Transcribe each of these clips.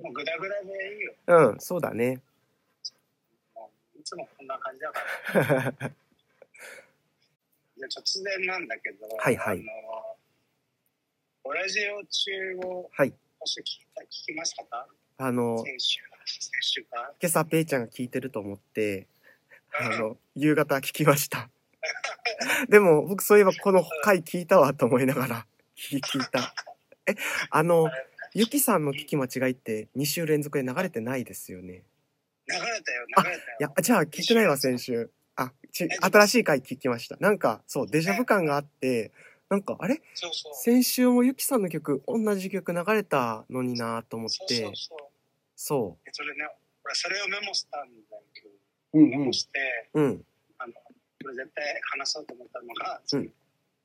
もうグダグダでいいよ。うん、そうだね。もういつもこんな感じだから。 じゃあ突然なんだけど、はいはいあのオラジオ中をはい。もし聞いた聞きましたかあの、選手選手か今朝ペイちゃんが聞いてると思って、あの、夕方聞きました。 でも、僕そういえばこの回聞いたわと思いながら、聞聞いた。え、あの、ゆきさんの聞き間違いって2週連続で流れてないですよね。流れたよ、流れたよ。いや、じゃあ聞いてないわ、先週。あ、ち、新しい回聞きました。なんか、そう、デジャブ感があって、なんか、あれそうそう。先週もゆきさんの曲、同じ曲流れたのになと思っそうそてう、そう。そえそれね、俺それをメモしたんだけど、う。うんメモして、うん。あの、これ絶対話そうと思ったのが、うん聞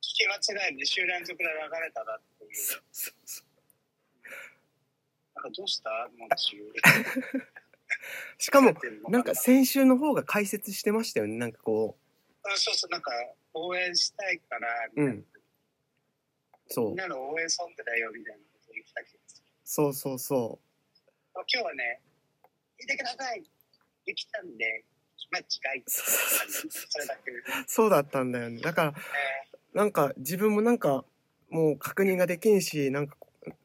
き間違い2週連続で流れたなっていう。そうそうそう。なんかどうしたもう中。しかも、出てのなんか先週の方が解説してましたよね。なんかこあそうそう、なんか応援したいから、う、うん。そみ。うんなの応援ソングだよみたいなこと言ってたけど、そうそうそ今日はね、聞いてくださいできたんで、間違い。う。そうそうそう。それだけ。えそうだったんだよね。だから、ーなんか自分もなんか、もう確認ができんし、なんか、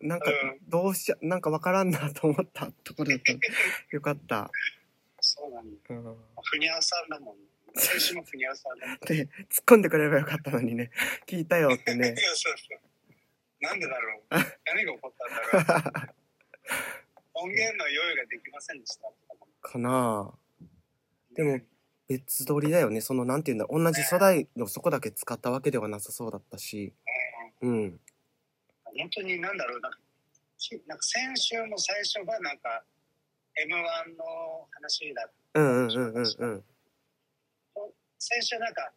なんかうんどうしちゃ、なんかわからんなと思ったところだ った。よかった。そうなんだ。うん。ふにゃさんだもん、ね。最初もふにゃさんだもん。で、突っ込んでくれればよかったのにね、聞いたよってい。ね や、そうそう。なんでだろう。何が起こったんだろう。音源の用意ができませんでした。かなあでも、別撮りだよね。その、なんていうんだ、同じ素材のそこだけ使ったわけではなさそうだったし。うん。本当になんだろうなんかきなんか先週も最初がなんか M1 の話だうんうんうんうんうん。先週なんか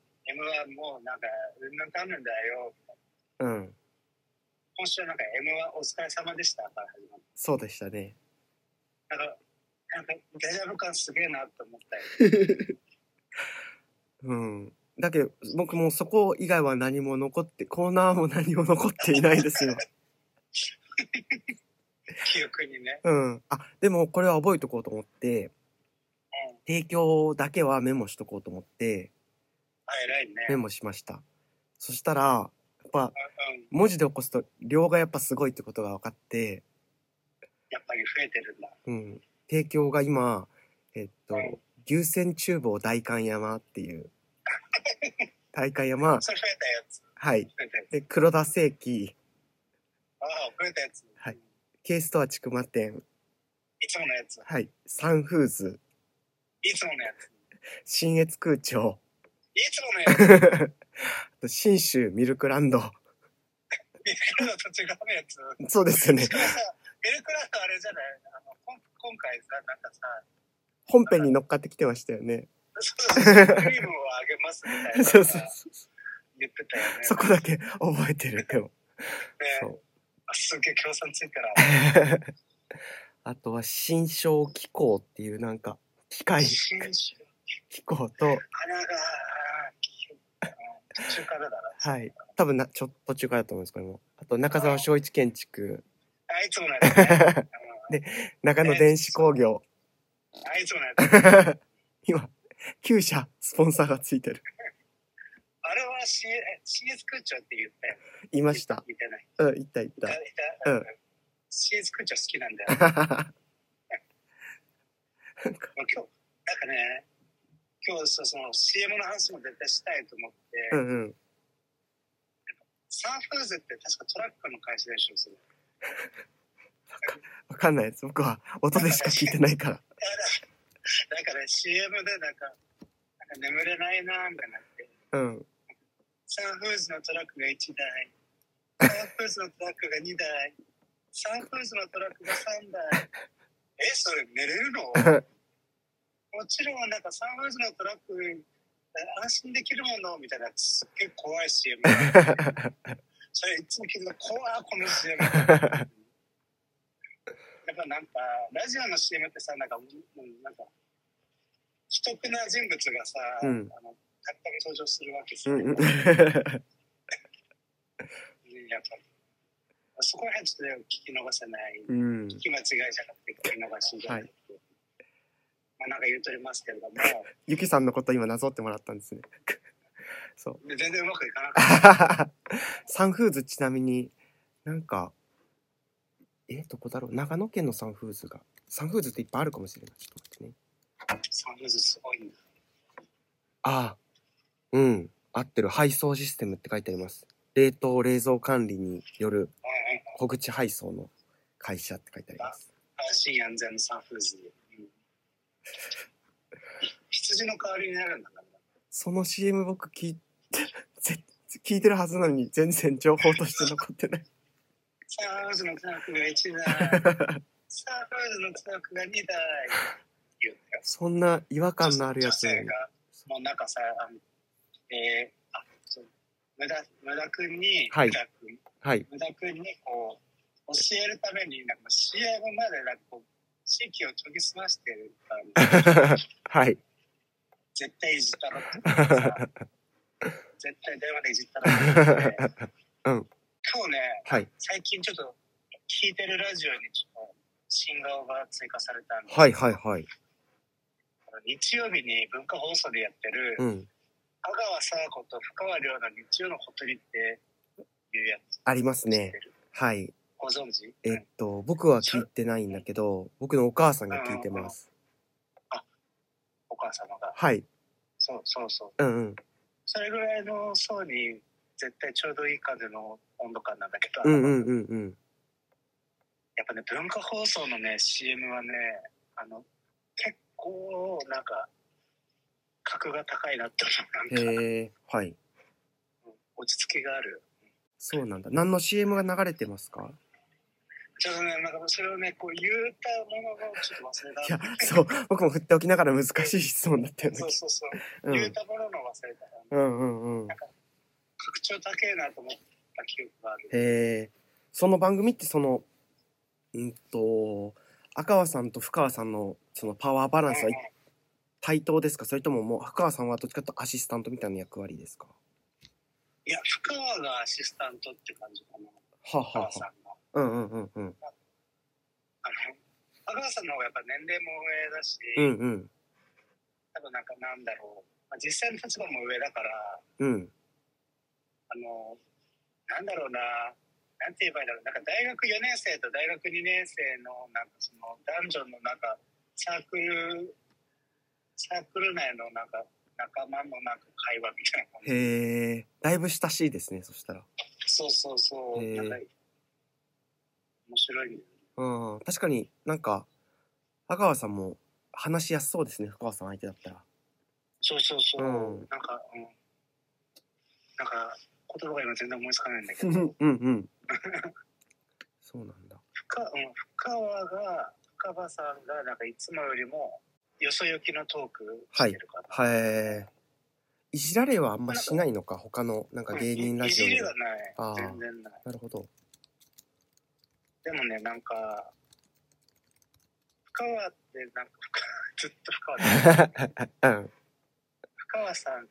M1 もうなんかうんなんかあるんだようん。今週なんか M1 お疲れ様でしたから始まるそうでしたね。なんかなんかデジャブ感すげえなと思ったようん。だけど、僕もうそこ以外は何も残って、コーナーも何も残っていないですよ。記憶にねうん。あ、でもこれは覚えとこうと思って、うん提供だけはメモしとこうと思って、あ偉いねメモしました。そしたら、やっぱうんうん文字で起こすと量がやっぱすごいってことが分かって、やっぱり増えてるんだうん。提供が今、えっとうん、牛仙厨房大観山って いう、大観山、それ増えたやつはい。増えたやつで、黒田正規、ああ増えたやつ、はい、ケーストアちくま店、いつものやつはい、サンフーズ、いつものやつ新越空調、いつものや つあと新州ミルクランド。見てるのと違うやつそうですよねし。かもさ、ミルクランドあれじゃないあのこん今回さ、なんかさ、本編に乗っかってきてましたよね。そうそう クリームをあげますみたいなそうそうさ言ってたよね。そこだけ覚えてる。でも。ねそう。あすげえ協賛ついた ら、あとは、新章機構っていうなんか、機械、新種、機構と、花が、途中からだな。はい。多分な、ちょっと途中からだと思うんですけども。あと、中澤昭一建築、あいつものや つね。中野電子工業。うんあいつものやつ。今、9社、スポンサーがついてる。あれは C- CS 空調って言ったよ。いました。言ってない。うん、いたいいた、いた。うん CS 空調好きなんだよ。た。なんか、まあ今日、なんかね、今日さ、その CM の話も絶対したいと思って、うんうん。サンフーズって確かトラックの会社でしょ、それ。わかんないです。僕は音でしか聞いてないから。だから CM でなんか、なんか眠れないなーみたいになって、うん。サンフーズのトラックが1台、サンフーズのトラックが2台、サンフーズのトラックが3台。え、それ寝れるのもちろんなんかサンフーズのトラック、安心できるものみたいな、すっげえ怖い CM。それいつも聞いてた、怖い、この CM。やっぱなんか、ラジオの CM ってさ、なんか、もうなんか、既得な人物がさ、うんあの、たくさん登場するわけですうよ、んうんやっぱり。そこら辺ちょっと聞き逃せない。うん聞き間違いじゃなくて、聞き逃しじゃなくて。まあ、なんか言うとりますけれども、ゆきさんのこと今なぞってもらったんですねそう全然うまくいかなかっ サンフーズちなみになんかえどこだろう長野県のサンフーズがサンフーズっていっぱいあるかもしれないちょっと待ってねた。サンフーズすごいんだ。ああうん合ってる配送システムって書いてあります冷凍冷蔵管理によるうんうん小口配送の会社って書いてあります安心安全のサンフーズ。うん羊の代わりになるんだから。その CM 僕聞いぜ聞いてるはずなのに全然情報として残ってないサーフーズのトラックが1台、サーフーズのトラックが2台。言うんだよそんな違和感のあるやつ女性が、もうなんかさ、あのえー、あ、そう、無駄、無駄くんに、はい無駄くんはい 無駄くんにこう、教えるために、なんか CM までなんかこう、地域を研ぎ澄ましてるから、はい絶対いじったろって言ってさ絶対電話でいじったろって言って、 うん今日ね、はい最近ちょっと聞いてるラジオにちょっと新顔が追加されたんで、はいはいはい日曜日に文化放送でやってる、うん阿川佐和子と深川亮の日曜のほとりっていうやつあります知っねてるはいご存知えっと僕は聞いてないんだけど僕のお母さんが聞いてますお母様がはいそうそうそううんうんそれぐらいの層に絶対ちょうどいい風の温度感なんだけど、うんうんうんうんやっぱね文化放送のね CM はねあの結構なんか格が高いなって思うなんかへえはい落ち着きがあるそうなんだ何の CM が流れてますかちょっとね、なんかそれをね、こう言うたものの、ちょっと忘れた。いやそう僕も振っておきながら難しい質問だったよねそうそうそう。う言うんたものの忘れた。うんうんうん拡張高えなと思った記憶がある。えー、その番組ってそのうんと赤川さんと深川さんのそのパワーバランスうはんうん対等ですかそれとももう深川さんはどっちかというとアシスタントみたいな役割ですかいや、深川がアシスタントって感じかな。はあ、阿は川さんの。あ、うんうんうんうんあの、阿川さんの方がやっぱ年齢も上だし、うんうん多分なんかなんだろう。まあ、実際の立場も上だから、うんあの、なんだろうな。なんて言えばいいんだろう。なんか大学4年生と大学2年生の、なんかその、男女のなんか、サークル、サークル内のなんか、仲間のなんか会話みたいな感じ。へえだいぶ親しいですねそしたらそうそうそう。へーなんか、面白いね。うん確かになんか赤川さんも話しやすそうですね深川さん相手だったらそうそうそう。うんなんか、うん。なんか、言葉が今全然思いつかないんだけう ど、ん深うんそうなんだうん、深川が、深川さんが、なんかいつもよりも、よそよきのトークしてるから。へえいじられはあんましないのか他のなんか芸人ラジオいじでりははないあー全然ないなるほどでもねなんか深川ってなんか深川ずっと深川だ うん深川さん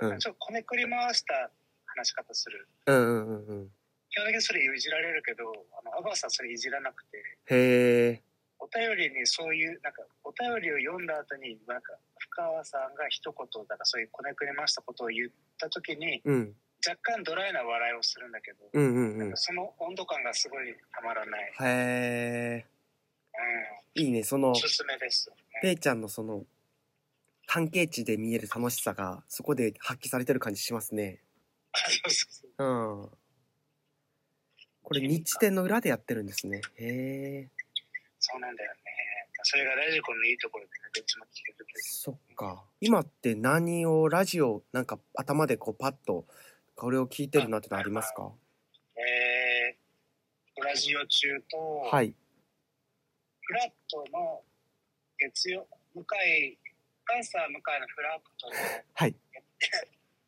うんちょっとこねくり回した話し方するうんうんうんうん基本的にそれいじられるけどあの阿川さんそれいじらなくてへえお便りにそういうなんかお便りを読んだ後になんか深川さんが一言だからそういうこねくり回したことを言った時にうん若干ドライな笑いをするんだけど、うんうんうんへその温度感がすごいたまらない、えいいねそうん、のおすすめです ペイちゃんのその関係値で見える楽しさがそこで発揮されてる感じしますねあそうそうそううんこれ日展の裏でやってるんですねへえそうなんだよね。それがラジコンのいいところで、ね、どっちも聞けるというそっか今って何をラジオなんか頭でこうパッとこれを聞いてるなってのありますかえー、ラジオ中と、、はいいフラットの月曜、向井、パンサー向井のフラットのはい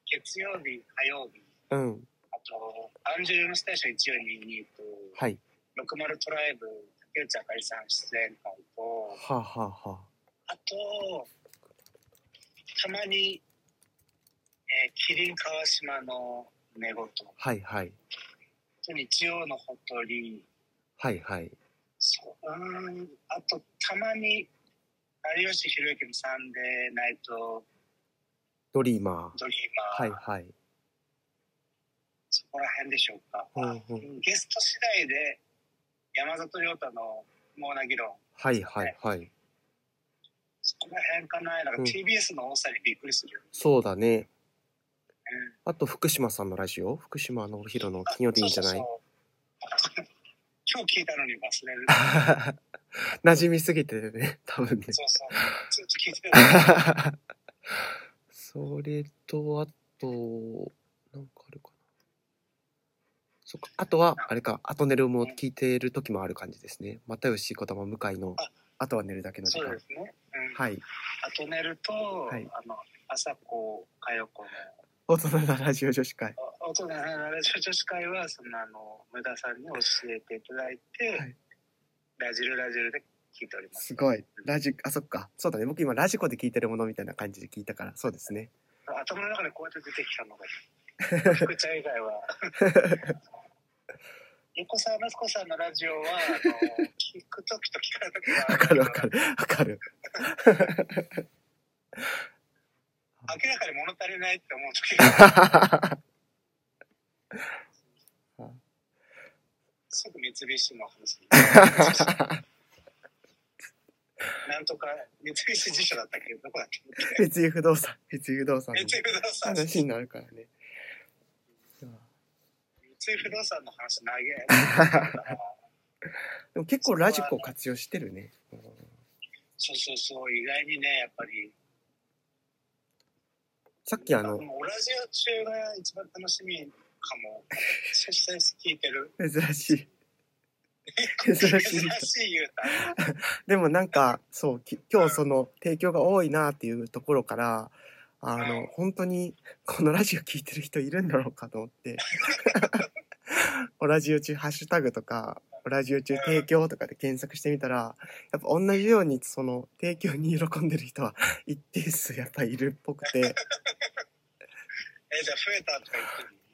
月曜日、火曜日、うんあと、アンジュルムステーション1422と、はい60トライブ、竹内あかりさん出演会と、はあ、はあはあと、たまに、えー、キリン川島の寝言。あ、はいはい日曜のほとり、はいはい。そううーん、あとたまに有吉弘行のサンデーナイトドリーマドリー。ーマはー、いはい。そこら辺でしょうか、うんうんゲスト次第で山里亮太の「モーナ議論はいはいはい。」そこら辺かななんうかん TBS の多さにびっくりするよね、そうだね。うんあと、福島さんのラジオ福島のひろの金曜日いいじゃなそいうそうそう今日聞いたのに忘 れる馴染みすぎてね、多分ね。 そうそうずっと聞いてるそれと、あと、なんかあるかな。そっか。あとは、あれか、あと寝るも聞いてる時もある感じですね。又吉子玉向井のあ、あとは寝るだけの時そうで間。すね、うんはい。あと寝ると、いあの朝子佳代子の大人なラジオ女子会。あ大人のラジオ女子会はそのあの無駄さんに教えていただいて、はいラジルラジルで聞いておりますすごい。ラジ、あ、そっか。そうだね。僕今ラジコで聞いてるものみたいな感じで聞いたから、そうですね。頭の中でこうやって出てきたのが 福ちゃん以外は横澤夏子さんのラジオはあの 聞く時と聞かない時がわかるわかる。わ かる。明らかに物足りないって思う時がすぐ三菱の話 になんとか三菱辞書だったっけどどこだっけ三井不動産、三井不動産三井の不動産三話になるからね。井不動産の話投げ でも結構ラジコ活用してるね。うんそうそうそう意外にねやっぱりさっきあでの、もラジオ中が一番楽しみかも久々に聞いて る珍しい。珍しい珍しい言うたでもなんか、そう、き今日その提供が多いなっていうところから、あの、本当にこのラジオ聞いてる人いるんだろうかと思って。おラジオ中ハッシュタグとか、おラジオ中提供とかで検索してみたら、やっぱ同じようにその提供に喜んでる人は一定数やっぱいるっぽくて、えじゃあ増えたとか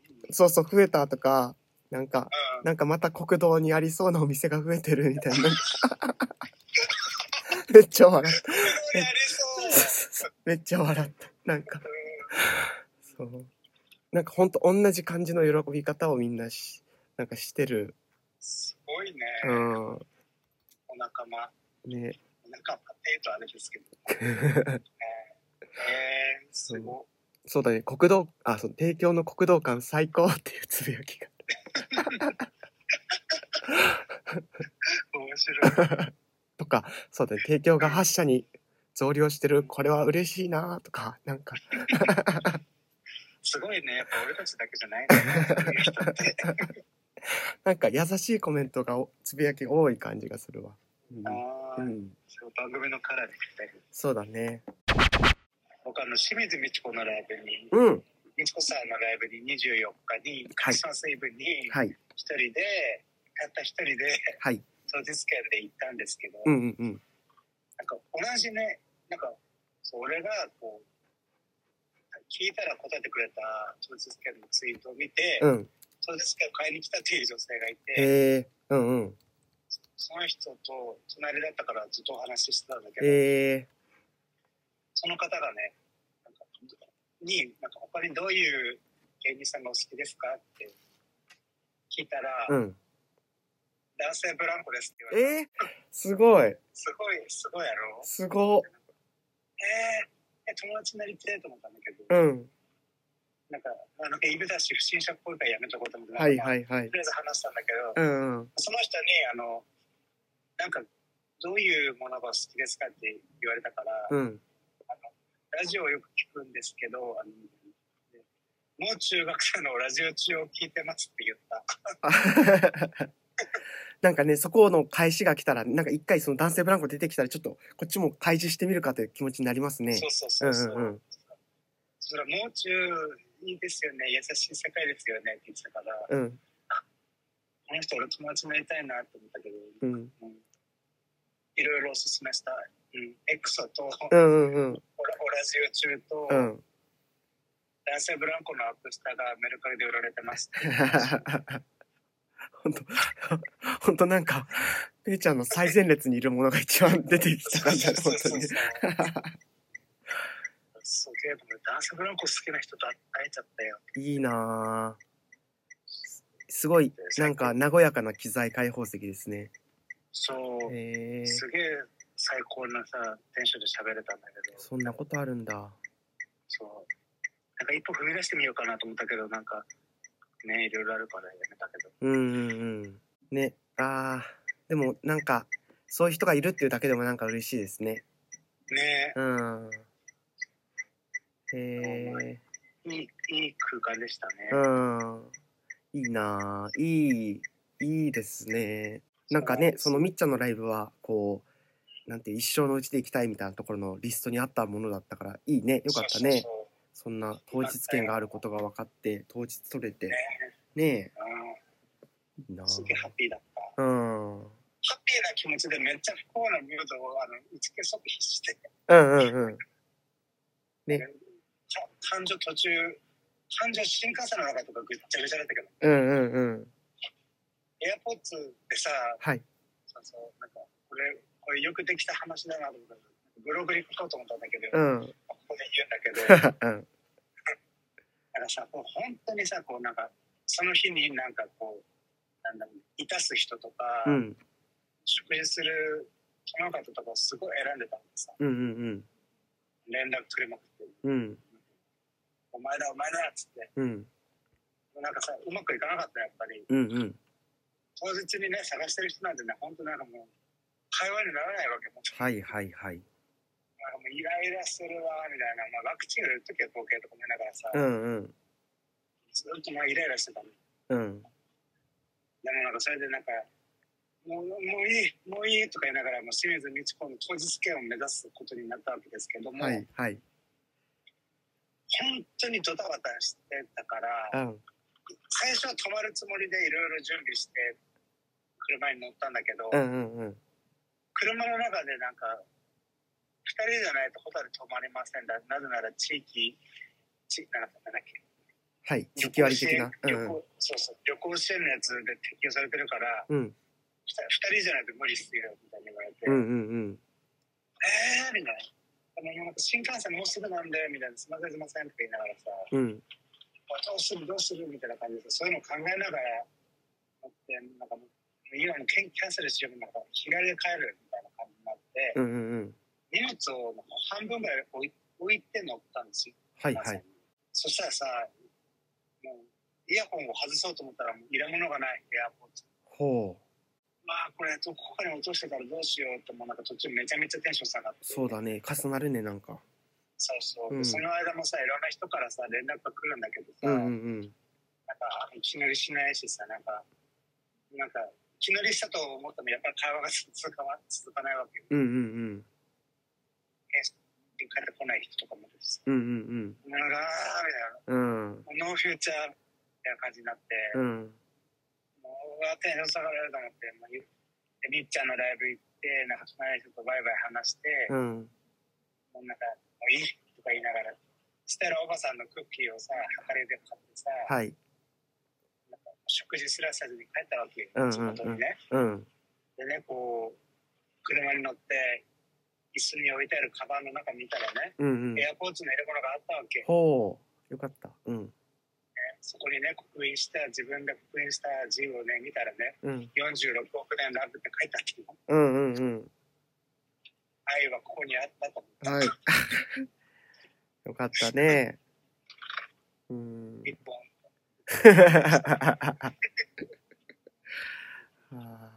言ってるそうそう増えたとか、なんかうんなんかまた国道にありそうなお店が増えてるみたいな。めっちゃ笑った。やりそうめっちゃ笑った。なんか、そう。なんかほんと同じ感じの喜び方をみんなし、なんかしてる。すごいね、うん。お仲間ね。お仲間っていうとあれですけどえー、すごそうだね。国道、あ、そう、提供の国道館最高っていうつぶやきが。い面白いとか、そうだね。提供が8社に増量してる。これは嬉しいなとか、なんか、すごいねやっぱ俺たちだけじゃないんだねそういう人 ってなんか優しいコメントがお、つぶやきが多い感じがするわ。うんあうーん。そう番組のカラーでぴったりそうだね。僕あの清水美智子のライブにうん。美智子さんのライブに24日にクリスマスイブに一はい。人でたった一人ではい。当日券で行ったんですけど、うんうんうん。なんか同じね、なんか、そう俺がこう、聞いたら答えてくれた当日券のツイートを見て、うん。当日券を買いに来たっていう女性がいて、へえ。うんうん。その人と隣だったからずっとお話ししてたんだけど、ええ。その方がね、なんか、に、なんか他にどういう芸人さんがお好きですかって聞いたら、うん。男性ブランコですって言われて、ええ。すごい。すごい、すごいやろすご。えー、え友達になりてえと思ったんだけど、うん。なんか、あの、イブだし、不審者っぽいからやめとこうと思って、はいい。はいはいと。りあえず話したんだけど、うんうん。その人に、あの、なんか、どういうものが好きですかって言われたから、うん。 ラジオをよく聞くんですけど、あの、もう中学生のラジオ中を聞いてますって言った。あなんかね、そこの返しが来たら、なんか一回その男性ブランコ出てきたら、ちょっとこっちも開示してみるかという気持ちになりますねそ。うそううそんうそう。うんうん。それはもう中いいですよね、優しい世界ですよねって言ってたから、こうんの人俺友達になりたいなって思ったけど、うん。うんいろいろおすすめした、うん、エクソと、うんうんうオん。ラオラジオ中と、うん。 男性ブランコのアップスタがメルカリで売られてます。本当本当なんか、ペイちゃんの最前列にいるものが一番出てきた感じだね、そう本そ当うそうに。すげえ、俺ダンスブランコ好きな人と会えちゃったよ。いいなぁ。すごい、なんか、和やかな機材開放席ですね。そう、へえすげえ最高なさ、テンションで喋れたんだけど、そんなことあるんだ。そう。なんか一歩踏み出してみようかなと思ったけど、なんか、ね、いろいろあるからやめたけど。うんうんうん。ね、あー、でもなんか、そういう人がいるっていうだけでもなんか嬉しいですね。ねうん。へえいい、いい空間でしたね。うん。いいなぁ。いい、いいですね。なんかね、そのみっちゃんのライブは、こう、なんて一生のうちで行きたいみたいなところのリストにあったものだったから、いいね。よかったね。そうそうそんな当日券があることが分かって当日取れてねそううんえいいなすげえハッピーだった。ハうんうんッピーな気持ちでめっちゃ不幸なムードをあの打ち消そうとして、うんうんねか感情途中、感情新幹線の中とかぐっちゃぐちゃだったけど、うんうんうんエアポッツでさ、はいそうそうなんかこれ、これよくできた話だなと思って、ブログに書こうと思ったんだけど、うん ここで言うんだけど、うんだからさ、こう本当にさ、こうなんか、その日になんかこう、なんだろう、いたす人とか、うん食事するその方とかをすごい選んでたんでさ、うんうん連絡取れなくて、うんお前だ、お前だっつって、うんなんかさ、うまくいかなかったらやっぱり、うんうん当日にね、探してる人なんてね、本当なんかもう、会話にならないわけもうはいはいはいなんかもうイライラするわ、みたいな、まあ、ワクチン打るときはボケとか思いながらさ、うんうんずっとまあイライラしてたの。でうんもなんかそれでなんか、もうもういい、もういいとか言いながら、もう清水ミチコの当日券を目指すことになったわけですけども、はいはい本当にドタバタしてたから、うん最初は泊まるつもりでいろいろ準備して、車に乗ったんだけど、うんうんうん車の中でなんか、二人じゃないとホタル泊まりませんだ。なぜなら地域、地なんかなんだっけはい地旅域行割支的援なう旅んうん行そうそう旅行支援のやつで適用されてるから、うんふた二人じゃないと無理っすよ、みたいに言われて、うえんうんうんーみたいな。でもなんか新幹線もうすぐなんで、みたいな、すいません、すいませんとか言いながらさ、うんどうする、どうするみたいな感じで、そういうの考えながら、乗って、なんかもう、今もうキャンキャンセルしよう、なんか日帰りで帰るみたいな感じになって、うんうんうん荷物を半分ぐらい置い置いて乗ったんですよ。はいまはさにいそしたらさ、もうイヤホンを外そうと思ったら、もういらんものがない、エアポーツ。ほうまあ、これ、どこかに落としてたらどうしようって、もうなんか途中めちゃめちゃテンション下がって。そうだね重なるねなんかそうそう。うんでその間もさ、いろんな人からさ、連絡が来るんだけどさ、うなんんうか、んいきなりしないしさ、なんか、なんか、いきなりしたと思っても、やっぱり会話が続かわ続かないわけよ。うんうんうん帰ってこない人とかもいるしさ。うんうんなんか、あーみたいな。うんうんうんノーフューチャーみたいな感じになって、うんもう、うわ、テンション下がると思って、まあ、ゆでみっちゃんのライブ行って、なんか、隣の人とバイバイ話して、うんもうなんか、もういいとか言いながら、したらおばさんのクッキーをさ、量りで買ってさ、はいなんか食事すらせずに帰ったわけよ、うんうんうん地元にね。うんでね、こう、車に乗って、椅子に置いてあるカバンの中見たらね、うんうんエアポーツの入れ物があったわけ。ほうよかったうんそこにね、刻印した、自分で刻印した字をね、見たらね、うん46億年ラブって書いてあったの。うんうん愛はここにあったと思っうんた。はいよかったねうん一本。ああ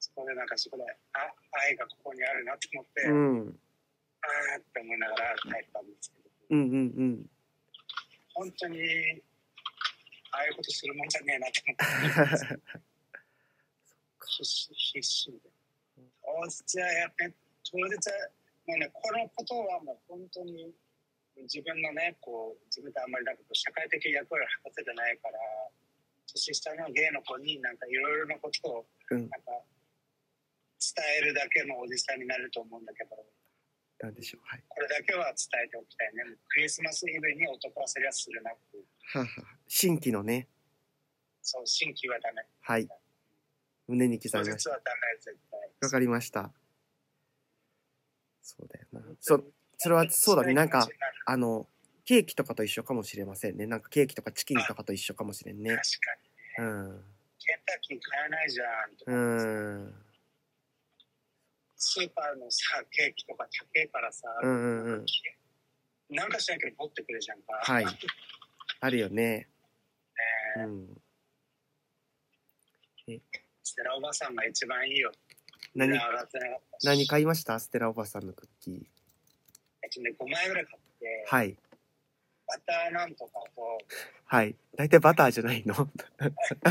そこでなんかそこで、あ、愛がここにあるなと思って、うあんーって思いながら帰ったんですけど、うんうんうん本当に、ああいうことするもんじゃねえなと思って、必死、必死で。当日はやって、当日は、もうね、このことはもう本当に、自分のね、こう、自分とあんまりなんかこう社会的役割を果たせてないから、年下の芸の子になんかいろいろなことを、うんなんか、伝えるだけのおじさんになると思うんだけど、なんでしょうはいこれだけは伝えておきたいね。クリスマスイブに男はせりゃするなっていう。はあはあ新規のねそう、新規はダメ。はい。胸に刻当み日ました。はダメ、絶対。わかりました。そうだよな。そう、それはそうだね。なんか確、あの、ケーキとかと一緒かもしれませんね。なんかケーキとかチキンとかと一緒かもしれんねか。に。うん。ケンタッキー買えないじゃんとか、うん。スーパーのさ、ケーキとか高えからさ、うんうんうん。なんかしなきゃ持ってくれじゃんか。はいねあるよね。えうん。ステラおばさんが一番いいよ。何値、段上がってなかったし何買いましたステラおばさんのクッキー。えっとね、5枚ぐらい買って、はい。バターなんとかと、はい。大体バターじゃないのバター、バター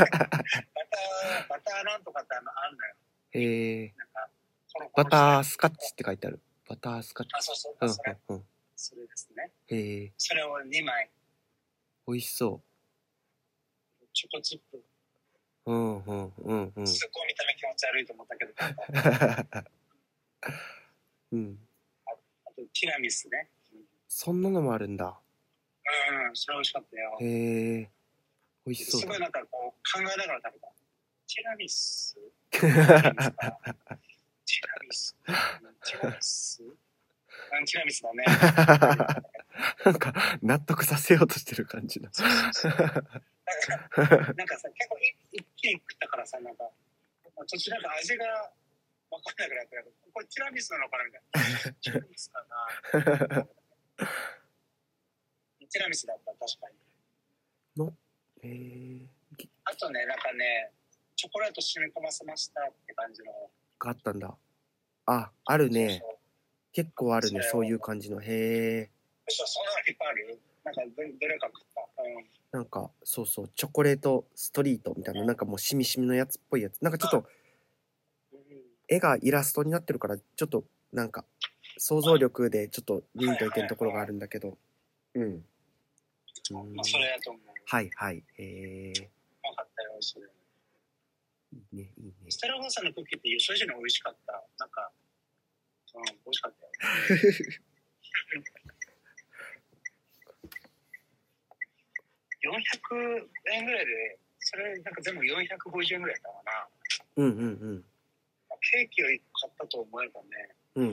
なんとかってあの、あんのよ。えー、なんか、コロコバロしてタースカッチって書いてある。バタースカッチ。あ、そうそう、うんそれ、うんうん。それですね。えー、それを2枚、美味しそチョコチップ、う。うんうんうんうん。 すっごい見た目気持ち悪いと思ったけど、あうん。とティラミスね。そんなのもあるんだ。うん、うん、それ美味しかったよへ。え。美味しそすうごだい。なんかこう、考えながら食べた。ティラミ スティラミスかティラミス。ティラミス。うんティラミスだね。 なんか納得させようとしてる感じだ。なんかさ、結構い一気に食ったからさ、なんか、途中なんか味が分かんなくなって、なんかこれティラミスなのかなみ たいな。ティラミスかな。ティラミスだった、確かに。へえ。あとね、なんかね、チョコレート染み込ませましたって感じの。があったんだ。あ、あるね。そうそう結構あるね。そういう感じの。へえ。嘘そんなのいっぱいあるなんかど、どれか食った。うん。なんかそうそうチョコレートストリートみたいななんかもうしみしみのやつっぽいやつなんかちょっと絵がイラストになってるからちょっとなんか想像力でちょっと見んといけんところがあるんだけどうんうんまあ、それだと思う。はいはいへえ分かったよ、それ。いいねいいねステラゴンさんのクッキーって予想以上に美味しかった。なんか、うん、美味しかったよ。400円ぐらいで、それなんか全部450円ぐらいだったかな。うんうんケーキを1個買ったと思えばね、うんうん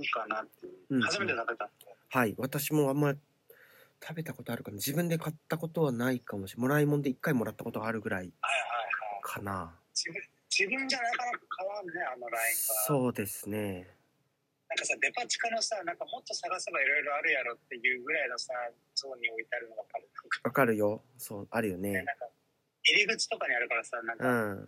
いいかなっていう。うん初めて食べたんで。はい私もあんま食べたことあるかな自分で買ったことはないかもしれないもらいもんで一回もらったことがあるぐらいはいはいはい。かな自分自分じゃなかなか変わんね、あのラインが。そうですねなんかさ、デパ地下のさ、なんかもっと探せばいろいろあるやろっていうぐらいのさ、ゾーンに置いてあるのが分かる。わかるよそうあるよねなんか、入り口とかにあるからさ、なんか、うなんかん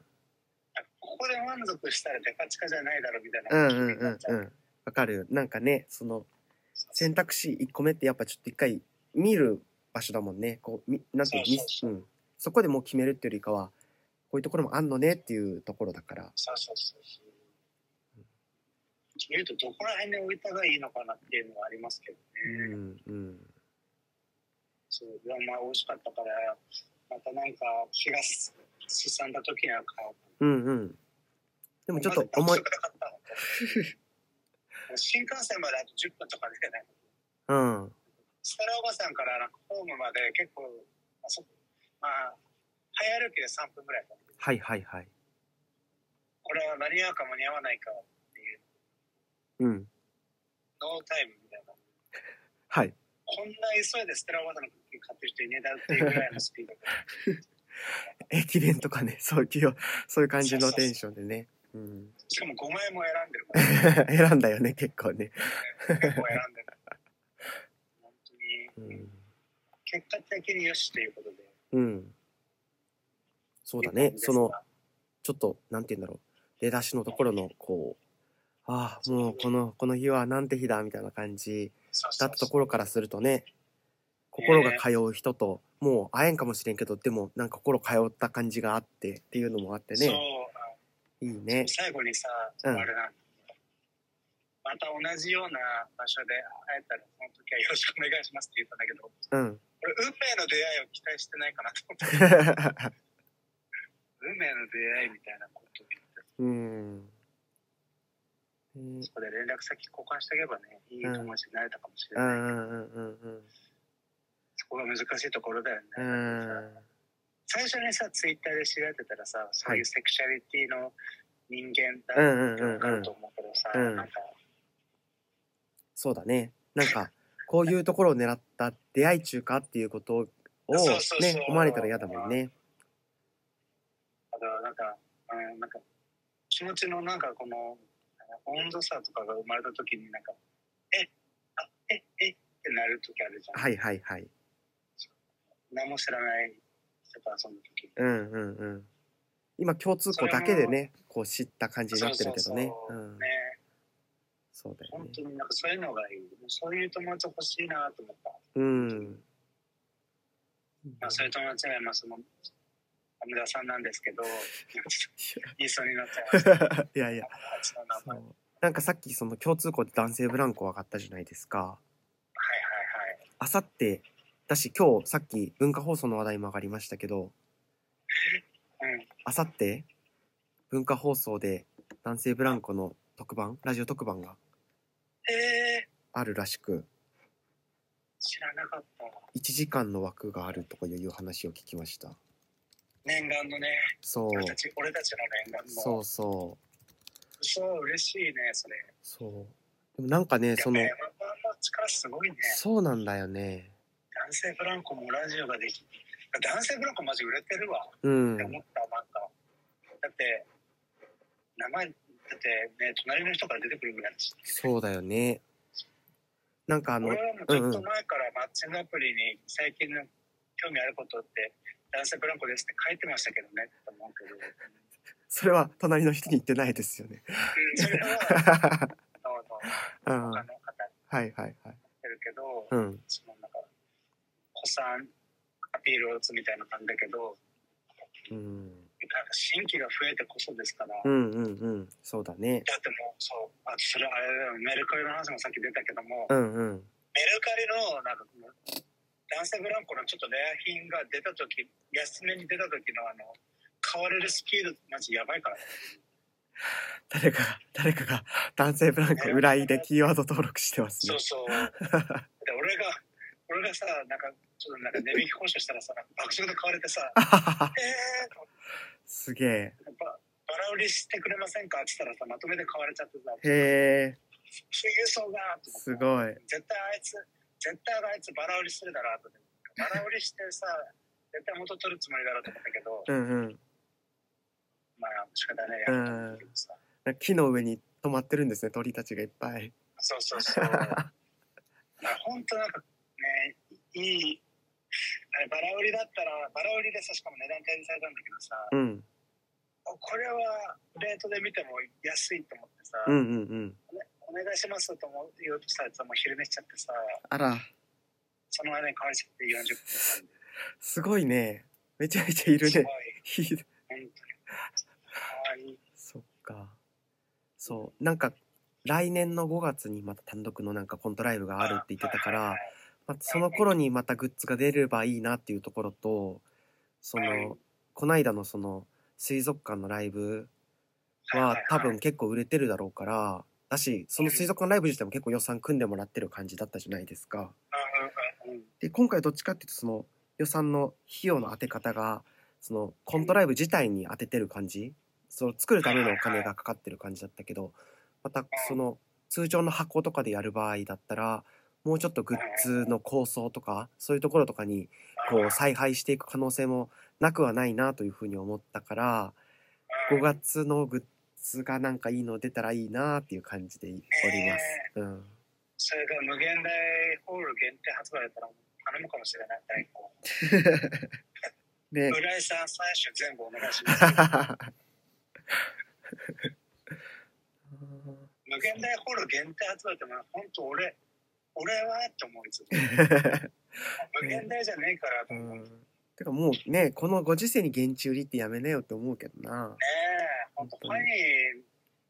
ここで満足したらデパ地下じゃないだろみたいな。うんうんうんううん。ん。わかるよ。なんかね、その選選択肢1個目ってやっぱちょっと一回見る場所だもんね。こう、みなんていうそうそうのみそううん。そこでもう決めるっていうよりかは、こういうところもあんのねっていうところだから。そうそうそうそう。言うと、どこら辺に置いたがいいのかなっていうのはありますけどね。うんうん。そう、でもまあ、美味しかったから、またなんか、気がすさんだ時には買おう。うんうん。ででもちょっと思い、。新幹線まであと10分とかでね。うん。スタラおばさんからなんかホームまで結構、あそまあ、早歩きで3分ぐらいだったはいはいはい。これは間に合うか間に合わないかっていう、うん。ノータイムみたいな。はい。こんな急いでステラおばさんのクッキー買ってる人いねえだろっていうぐらいのスピードで。駅弁とかね、 そういう、そういう感じのテンションでね。うん。しかも5枚も選んでるから、 選んだよね、結構ね。結構選んでる。本う当にん、。結果的によしということで。うん。そうだね。その、ちょっと、なんて言うんだろう。出だしのところの、こう、ああ、もうこの、この日はなんて日だ、みたいな感じそうそだうそう、ったところからするとね、心が通う人と、もう会えんかもしれんけど、でも、なんか心通った感じがあってっていうのもあってそうね、いいね。最後にさ、うんあれなんだまた同じような場所で会えたら、その時はよろしくお願いしますって言ったんだけど、うん。 俺、運命の出会いを期待してないかなと思 って、運命の出会いみたいなことを言って、うん。うんそこで連絡先交換しておけばね、いい友達になれたかもしれうない。んうんうんうんそこが難しいところだよね。うん。最初にさ、ツイッターで調べてたらさ、そういうセクシャリティの人間だうんうんっうてわんかうるんと。思うけどさ、うんなんか、そうだね。なんか、こういうところを狙った出会い中かっていうことをそうそうそうね、思われたら嫌だもんね。あのなんか、うん、なんか、気持ちのなんかこの、温度差とかが生まれた時になんか、え、あ、え、えってなる時あるじゃん。はいはいはい。何も知らない人と遊んだ時。うんうんうん。今共通項だけでね、こう知った感じになってるけどそううそね。うそうんね。そうだよ本ね。当になんかそういうのがいい。もうそういう友達欲しいなと思った。うん。まあ、そういう友達が今その、阿弥陀さんなんですけど、言いそうになっちゃいました。 いやいや。あいつの名そ前。うなんかさっきその共通項で男性ブランコ上がったじゃないですか。はいはいはい。あさってだし今日さっき文化放送の話題も上がりましたけどうんあさって文化放送で男性ブランコの特番ラジオ特番がえー、あるらしく知らなかった。 1時間の枠があるとかいう話を聞きました念願のね、そう俺たち、俺たちの念願の。そうそうそう、嬉しいね、それ。そうでもなんかねそのやっぱ山本の力すごいね。そうなんだよね男性ブランコもラジオができ男性ブランコマジ売れてるわっうてん思った、なんか。だって、名前、だってね、隣の人から出てくるぐらいだし。そうだよねなんかあの俺はもうちょっと前からマッチングアプリに最近の興味あることって男性ブランコですって書いてましたけどねって思う けど、うん、それは隣の人に言ってないですよ ねそれはどうぞう他んはの方やいはいはいってるけど、うんそのなんか子さんアピールを打つみたいな感じだけどうんなんか新規が増えてこそですから、うだんうんうんそうだねってもうそうあそれあれだよメルカリの話もさっき出たけども、うんうんメルカリのなんかこの男性ブランコのちょっとレア品が出た時安めに出た時のあの買われるスピードマジやばいからね誰かが誰かが男性ブランコ裏井でキーワード登録してますそねうそうで俺が俺がさなんかちょっとなんか値引き交渉したらさなんか爆笑で買われて さ「あはははえー すげえババラ売りしてくれませんか?」って言ったらさまとめて買われちゃってさへえ「富裕層が」とすいごい絶対あいつ絶対あいつバラ売りするだろうとバラ売りしてさ絶対元取るつもりだろうと思ったけどうんうんまあ仕方ないやんと思ってさなんか木の上に止まってるんですね鳥たちがいっ ぱいそうそうそう。まあ、本当なんかね、いい、あれ、バラ売りだったら、バラ売りでさ、しかも値段展示されたんだけどさ、うんおこれはレートで見ても安いと思ってさ、うんうんうんお願いしますと思う言おうとしたらさ、もう昼寝しちゃってさ、あらその間に買われちゃって40分すごいねめちゃめちゃいるすごいね、 いい本当に。可愛いそっかそうなんか来年の5月にまた単独のなんかコントライブがあるって言ってたかはいはいらはいまあ、その頃にまたグッズが出ればいいなっていうところとそはいのこないだのその水族館のライブはいはいははい多分結構売れてるだろうからだしその水族館ライブ自体も結構予算組んでもらってる感じだったじゃないですか。うんうんうんで今回どっちかっていうとその予算の費用の当て方がそのコントライブ自体に当ててる感じその作るためのお金がかかってる感じだったけどまたその通常の箱とかでやる場合だったらもうちょっとグッズの構想とかそういうところとかにこう采配していく可能性もなくはないなというふうに思ったから5月のグッズがなんかいいの出たらいいなっていう感じでおります。うんそれが無限大ホール限定発売だったら頼むかもしれない、大根。ね浦井さん、最初全部お願いし ます。無限大ホール限定集めても本当俺俺はって思ういつも無限大じゃねえからとう思うねんてかもうねこのご時世に現地売りってやめなよって思うけどな え本当パ本当ンにに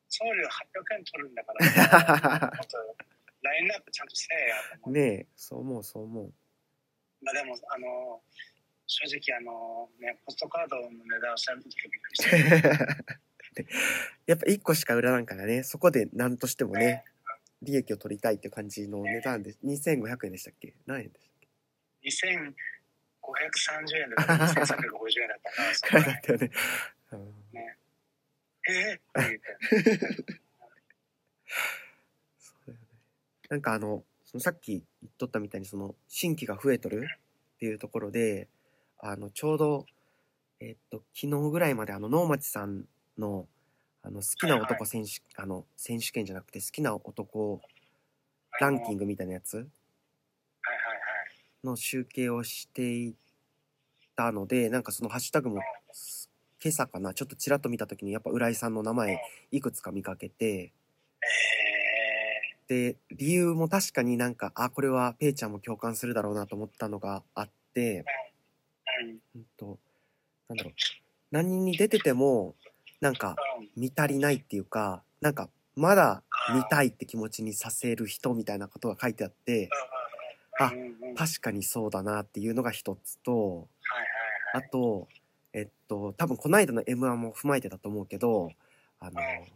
送料800円取るんだ から、ね、ラインナップちゃんとせえやと思う、ねえそう思うそう思う まあでもあの正直あのねポストカードの値段を調べた時びっくりしたでやっぱ1個しか売らないからねそこで何としてもね利益を取りたいっていう感じの値段で2500円でしたっけ何円でしたっ2000 530円だったから1350円だったから、そくらういだったよ ね。うんえーって言ってそうだよねなんかあの、そのさっき言っとったみたいに、その、新規が増えとるっていうところで、あの、ちょうど、えっと、昨日ぐらいまであの、能町さんの、あの、好きなはいは男選手、あの、選手権じゃなくて、好きな男ランキングみたいなやつはいはいはい。の集計をしていたので、なんかそのハッシュタグも、今朝かな、ちょっとちらっと見たときに、やっぱ浦井さんの名前、いくつか見かけて、えで理由も確かになんかあこれはペイちゃんも共感するだろうなと思ったのがあって、ー、うん、うん、うん、となんだろう何に出ててもなんか見足りないっていうかなんかまだ見たいって気持ちにさせる人みたいなことが書いてあってあうん、うん、はいはい確かにそうだなっていうのが一つとはあとえっと多分この間の m 1も踏まえてたと思うけどあのはい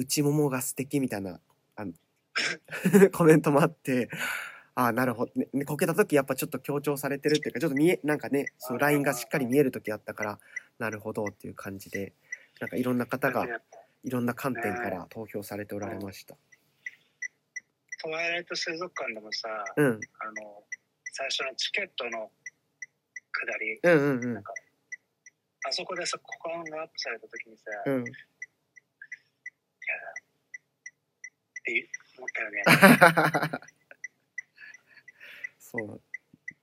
内ももが素敵みたいなあの コメントもあってああなるほど、ねね、こけた時やっぱちょっと強調されてるっていうかちょっと見えなんかねそのラインがしっかり見える時あったからなるほどっていう感じでなんかいろんな方い。がだっていろんな観点から投票されておられました。トワイライト水族館でもさ、あうん、の、最初のチケットの下り、うんうんうんあそこでさ、股間がアップされた時にさ、ういやんって思ったよ ね。そ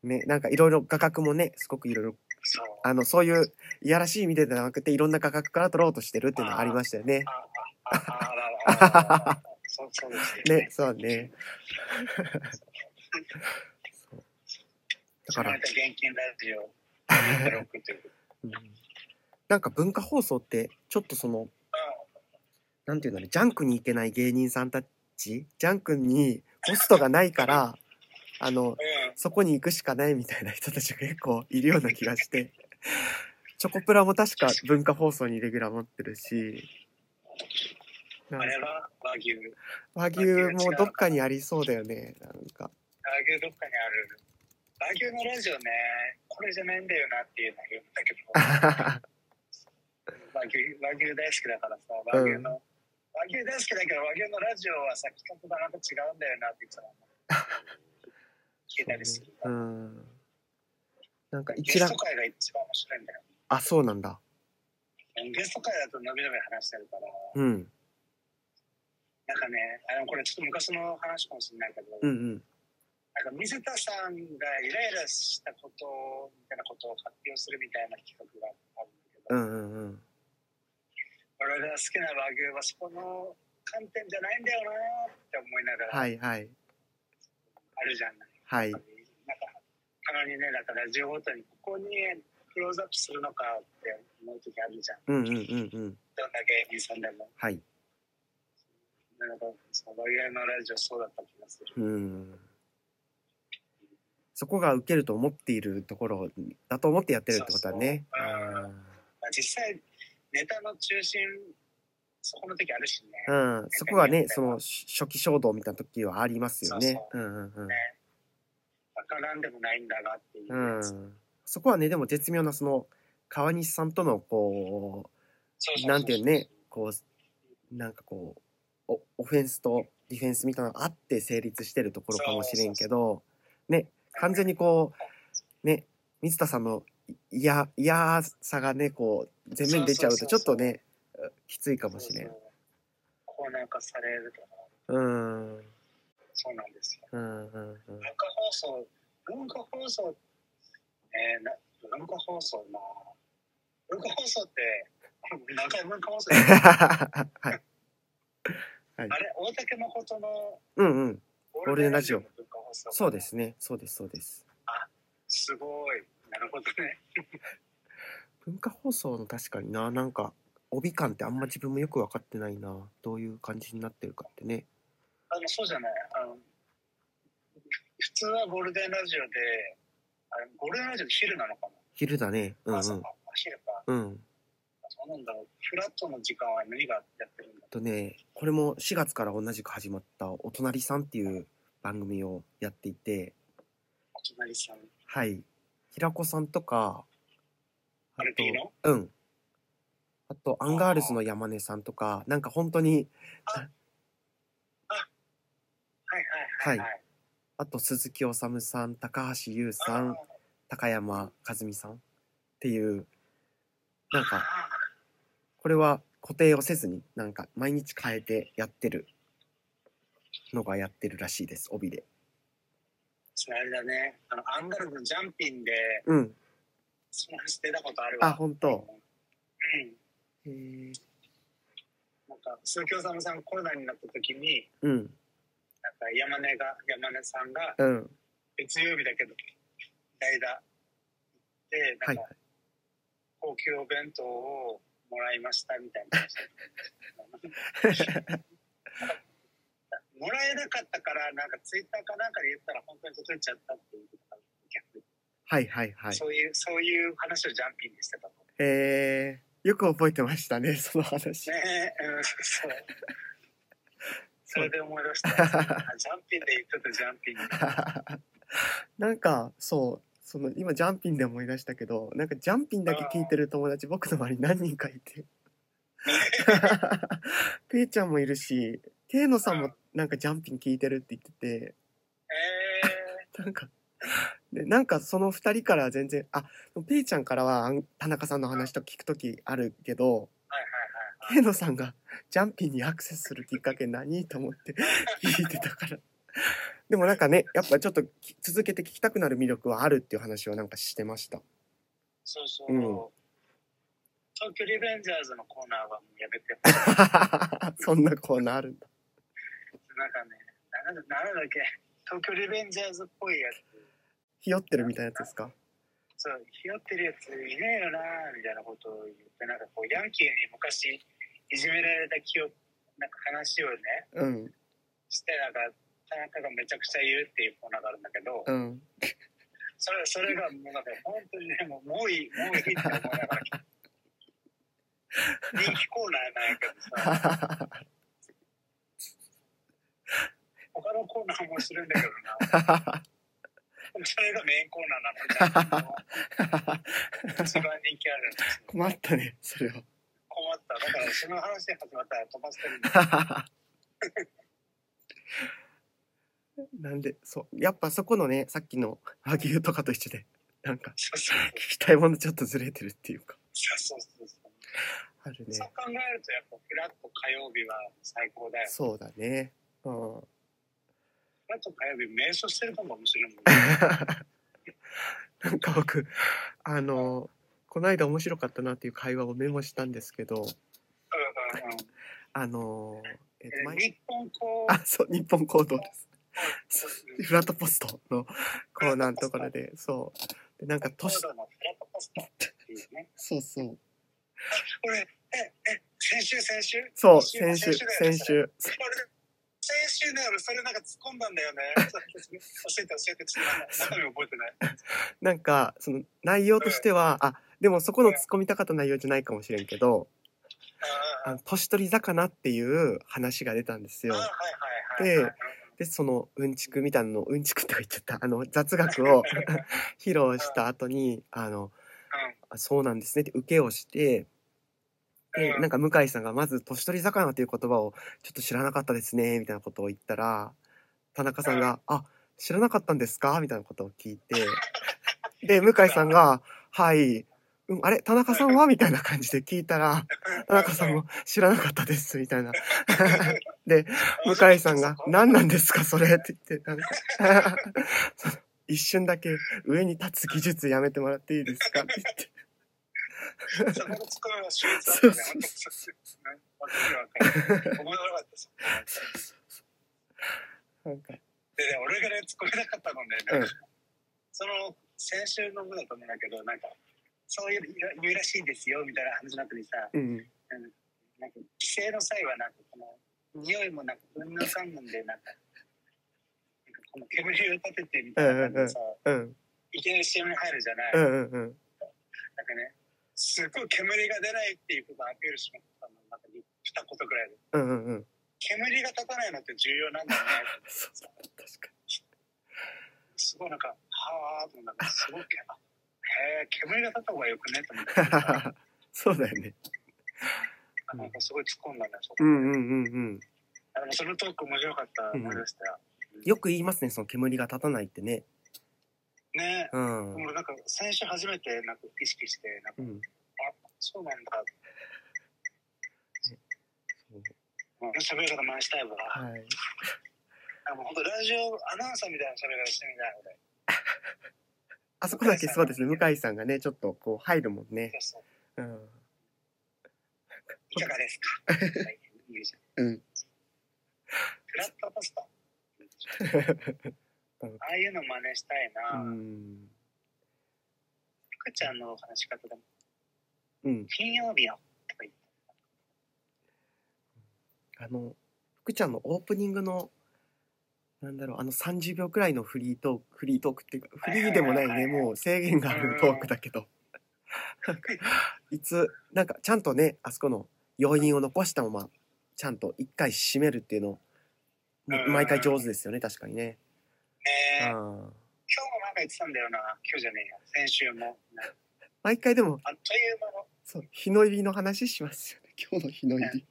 うねなんかいろいろ画角もねすごくいろいろそう。あのそういういやらしい意味でじゃなくていろんな画角から撮ろうとしてるっていうのはありましたよね。ああああららあら。そうそうですよねそうね。そうだからまた現金ラジ オ、6ということうんなんか文化放送ってちょっとそのなんていうんだろうジャンクに行けない芸人さんたちジャンクにホストがないからあのうそこに行くしかないみたいな人たちが結構いるような気がして チョコプラも確か文化放送にレギュラー持ってるしなんん。あれは和牛。和和牛もどっかにありそうだよねなん か牛どっかにある。和牛のラジオね、これじゃないんだよなっていうのを言ったけど。和牛和牛大好きだからさ和牛の、和牛大好きだけど和牛のラジオはさ企画がなんか違うんだよなって言ってたら聞いたりする、うんなんかゲ一ス覧ト会が一番面白いんだよあそうなんだゲスト会だと伸び伸び話してるからうんなんかねあのこれちょっと昔の話かもしれないけど、うんうんなんか水田さんがイライラしたことみたいなことを発表するみたいな企画があるんだけうど、んうんうん俺が好きな和牛はそこの観点じゃないんだよなって思いながら、はいはいあるじゃないはいなんかたまにねだからラジオごとにここにクローズアップするのかって思う時あるじゃんうんうんうんうんどんな芸人さんでもはいなんかその我々のラジオそうだった気がするうんそこが受けると思っているところだと思ってやってるってことはねそうそうまあ実際ネタの中心そこの時あるしね、あーうんそこがねそのし初期衝動みたいな時はありますよねうんうんうんわからんでもないんだなっていううやつ、ん、そこはねでも絶妙なその川西さんとのこそうそううそうなんていうねこうなんかこうおオフェンスとディフェンスみたいなのがあって成立してるところかもしれんけどね完全にこうね水田さんのいや嫌さがねこう全面に出ちゃうとちょっとねきついかもしれんそうそうコーナー化されるとかうんうんそうなんですようん うん文化放送、文化放送、えー、な文化放送な。文化放送って、何回文化 放送あはいれ、大竹誠のうんうんゴールデンラジオの文化放送そうで。すねそうですそうですすごい。なるほどね。文化放送の確かにななんか帯感ってあんま自分もよく分かってないなどういう感じになってるかってねあの、そうじゃない。あの普通はゴールデンラジオで、あれゴールデンラジオで昼なのか昼だねうな、んう朝んか昼か。うんそうなんだろう。フラットの時間は何がやってるんだとねこれも4月から同じく始まった「お隣さん」っていう番組をやっていてお隣さん。はい平子さんとか、あアルピーのと、うん。あと、アンガールズの山根さんとか、なんか本当に、はいはいはいはい。あと鈴木おさむさん、高橋優さん、高山和美さんっていう、なんあーか、これは固定をせずに、なんか毎日変えてやってるのがやってるらしいです、帯で。それあれだね。あの、アンガールズのジャンピンで、うん。その話出たことあるわ。あ、本当。うん。へーなんか、鈴木おさむさんがコロナになった時に、うん。なんか山根が、山根さんが、うん。月曜日だけど、代打で、なはんいか。、高級お弁当をもらいましたみたいな話もらえなかったからなんかツイッターかなんかで言ったら本当に届いちゃったっていうことが逆にはいはいはい。そういうそういう話をジャンピングしてたのえー、よく覚えてましたね、その話。ねえ、うん、そうそれで思い出したあジャンピンで言ってたジャンピング なんかそうその今ジャンピンで思い出したけどなんかジャンピンだけ聞いてる友達僕の周りに何人かいてていちゃんもいるしていのさんもなんかジャンピン聞いてるって言ってえてなんかでなんかその2人から全然あペイちゃんからはあん田中さんの話と聞く時あるけどていのさんがジャンピンにアクセスするきっかけ何と思って聞いてたからでもなんかねやっぱちょっとき続けて聞きたくなる魅力はあるっていう話をなんかしてました そうそう、うん東京リベンジャーズのコーナーはもうやめてそんなコーナーあるんだ。なんかね、なんだなんだっけ、東京リベンジャーズっぽいやつ、ひよってるみたいなやつですか。そう、ひよってるやついねえよな、みたいなことを言って、なんかこう、ヤンキーに昔いじめられた記憶、なんか話をね、うん、して、なんか、田中がめちゃくちゃ言うっていうコーナーがあるんだけど、うん。 それそれがもうなんか本当にね、もうもういい、もういいって思いながら。人気コーナーなんやけどさ、他のコーナーも面白いんだけどな、でもそれがメインコーナーなのじゃん。一番人気あるんですよ困ったね、それ困っただからその話で始まったら飛ばしてるんだは。 なんで、そう、やっぱそこのね、さっきの和牛とかと一緒で、なんかそうそう聞きたいものちょっとずれてるっていうか。そうそうそうあるそうね。考えるとやっぱフラット火曜日は最高だよそうだね。 うん。フラット火曜日瞑想してるかも面白いもんねなんか僕あのこの間面白かったなっていう会話をメモしたんですけどうんうんうんあのえっとえ前日本こうあそう日本行動です そうフラットポストのコーナーのところでそうでなんかコー年ドのフラットポストっていうねそうそう俺ええ先週先週そう先週だよね先週俺先週ね俺それなんか突っ込んだんだよね教えて教えてちょっと中身覚えてないなんかその内容としてはあでもそこの突っ込みたかった内容じゃないかもしれんけどああーの年取り魚っていう話が出たんですあーよはいはいはいはいでそのうんちくみたいなのうんちくって言っちゃったあの雑学 を披露した後にあのあそうなんですねって受けをしてでうんなんか向井さんがまず「年取り魚」という言葉をちょっと知らなかったですねみたいなことを言ったら田中さんが「あ知らなかったんですか?」みたいなことを聞いてで向井さんが「はい、うん、あれ田中さんは?」みたいな感じで聞いたら田中さんも「知らなかったです」みたいなで向井さんが「何なんですかそれ」って言ってなんかその一瞬だけ上に立つ技術やめてもらっていいです かって言って。そこのツッコミは秀逸だったね。本当にそうですね。わかるわかる。思いなかったです。なんかで、ね、俺がね、ツッコめなかったので、ねうんその先週の分だと思うんだけど、なんか、そういう言うらしいですよみたいな話の後にさ、うんなんか帰省の際は、なんかこの、匂いもなんか、うんぬんかんぬんで、なんか、なんかこの煙を立ててみたいな感じでさ、うんいきなり CM に入るじゃない。うなんんかうんね、すっごい煙が出ないっていうことをアピールしまったの、なんか、二言ぐらいで。うんうんうんうん煙が立たないのって重要なんだね。そう確かすごいなんか、はあとなんかすごいけど、えー、煙が立った方がよくねと思 ってたからそうだよね。なんかすごい突っ込んだね、そこ。うんうんうんうん。あでもそのトーク面白かった思い出したよ。よく言いますね、その煙が立たないってね。ねうえ、ん。俺なんか先週初めてなんか意識して、なんかうん。そうなんだ。そううん喋り方真似したいわ。はい。あもう本当ラジオアナウンサーみたいな喋り方してみたい俺。あそこだけそうですね、向井さんがね、ちょっとこう入るもんね。そうそううん。 いかがですかはい言うじゃんうんフラットパスタ。ああいうの真似したいうな。ん。福ちゃんの話し方でも、うん。金曜日よとか言って。あの、福ちゃんのオープニングの、なんだろう、あの30秒くらいのフリートーク、フリートークっていうか、フリーでもないはいはいね、はいもう制限があるトークだけど。 いつ、なんかちゃんとね、あそこの要因を残したまま、ちゃんと一回締めるっていうの、もう毎回上手ですよね、確かにね。ねえ、今日もうんなんか言ってたんだよな。今日じゃねえや。先週も。毎回でも、あっという間の。そう、日の入りの話しますよね。今日の日の入り。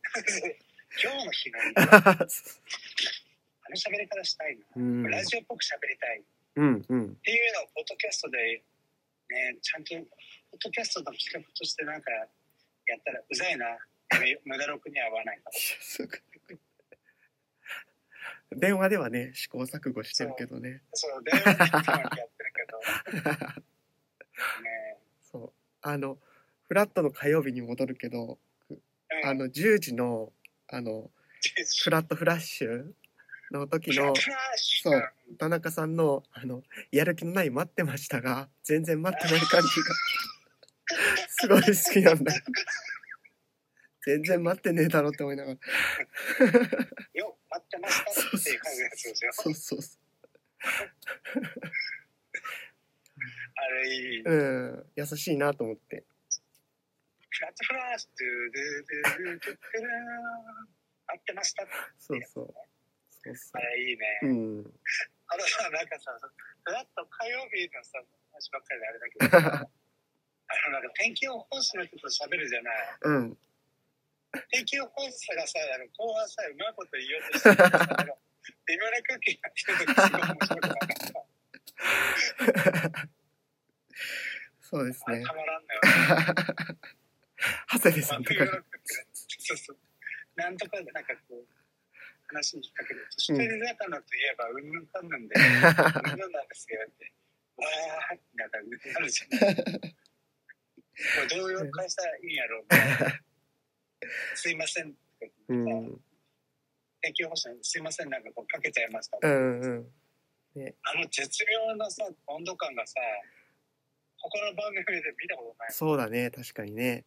今日の 日の入り。あの喋り方したいな。 うん。ラジオっぽく喋りたい。っうん、うん。ていうのを、ポッドキャストで、ね、ちゃんと、ポッドキャストの企画としてなんか、やったらうざいな。め無駄録には合わないから。 電話ではね、試行錯誤してるけどね。そう、電話でいつもやってるけど。ねそう。あの、フラットの火曜日に戻るけど、え。あの、10時の、あの、フラットフラッシュの時の、そそう田中さんの、あの、やる気のない待ってましたが、全然待ってない感じ が、すごい好きなんだ。全然待ってねえだろって思いながら。よ、待ってましたっていう感じのやつですよ。そうそうそあれいい。う。うん。優しいなと思って。フラットフラッシュ、ドゥドゥドゥドゥドゥドゥ待ってましたって。そうそう。そうそあれいいね。う。うん。あのさ、なんかさ、フラット火曜日のさ、話ばっかりであれだけど、あの、なんか天気予報士の人と喋るじゃない。うん。天気予報士がさ、あの後半さ、うまいこと言おうとしてるからさ、あの微妙な空気になってる時すごい面白くなかった。そうですあれねた。まらんのよ。長谷部まさあんと冬のか。空気ねそうそう。なんとかで、なんかこう、話に引っ掛ける。年取り魚といえば、うんぬんかんぬんで、うんぬんなんですよって、わーってなんかなるじゃない。これどういう会社いいんやろうねすいませんとか言って。 うん。う天気予報士にすいません、なんかこうかけちゃいました。んうん。あの絶妙なさ、温度感がさ、他の番組で見たことない。そうだね、確かにね。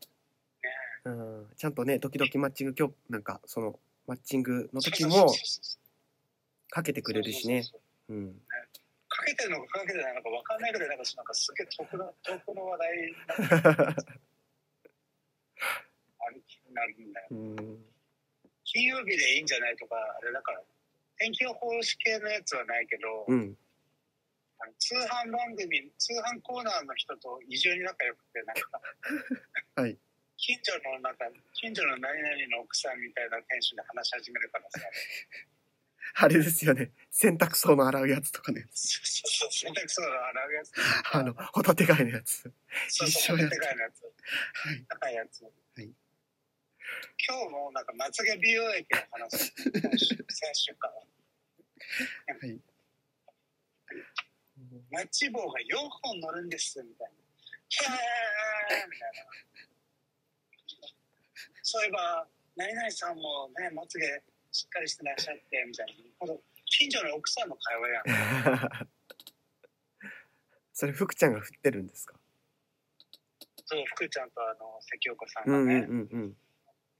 うん。ちゃんとね、時々マッチング今日、なんか、その、マッチングの時もかけてくれるしね。うん。かけてるのかかけてないのか分かんないぐらいなんかなんかすげえ遠くの 遠くの話題になるあれになるんだようん。金曜日でいいんじゃないとかあれだから天気予報士系のやつはないけど、うん。あの通販番組通販コーナーの人と異常に仲良くてなんか はい近所のなんか近所の何々の奥さんみたいな店主で話し始めるから さあれですよね。洗濯槽の洗うやつとかね。そうそう洗濯槽の洗うやつあの、ホタテ貝のやつ。そう一そ緒う、やでつかいのやつ。はい。。高いやつ。はい今日もなんかまつげ美容液の話、先週先週から。はい。マッチ棒が4本乗るんです、みたいな。キャーみたいな。そういえば、何々さんもね、まつげしっかりしてらっしゃって、みたいな。この近所の奥さんの会話やん。それ、福ちゃんが振ってるんですかそう、福ちゃんとあの、関岡さんうがんうんね、うんうん。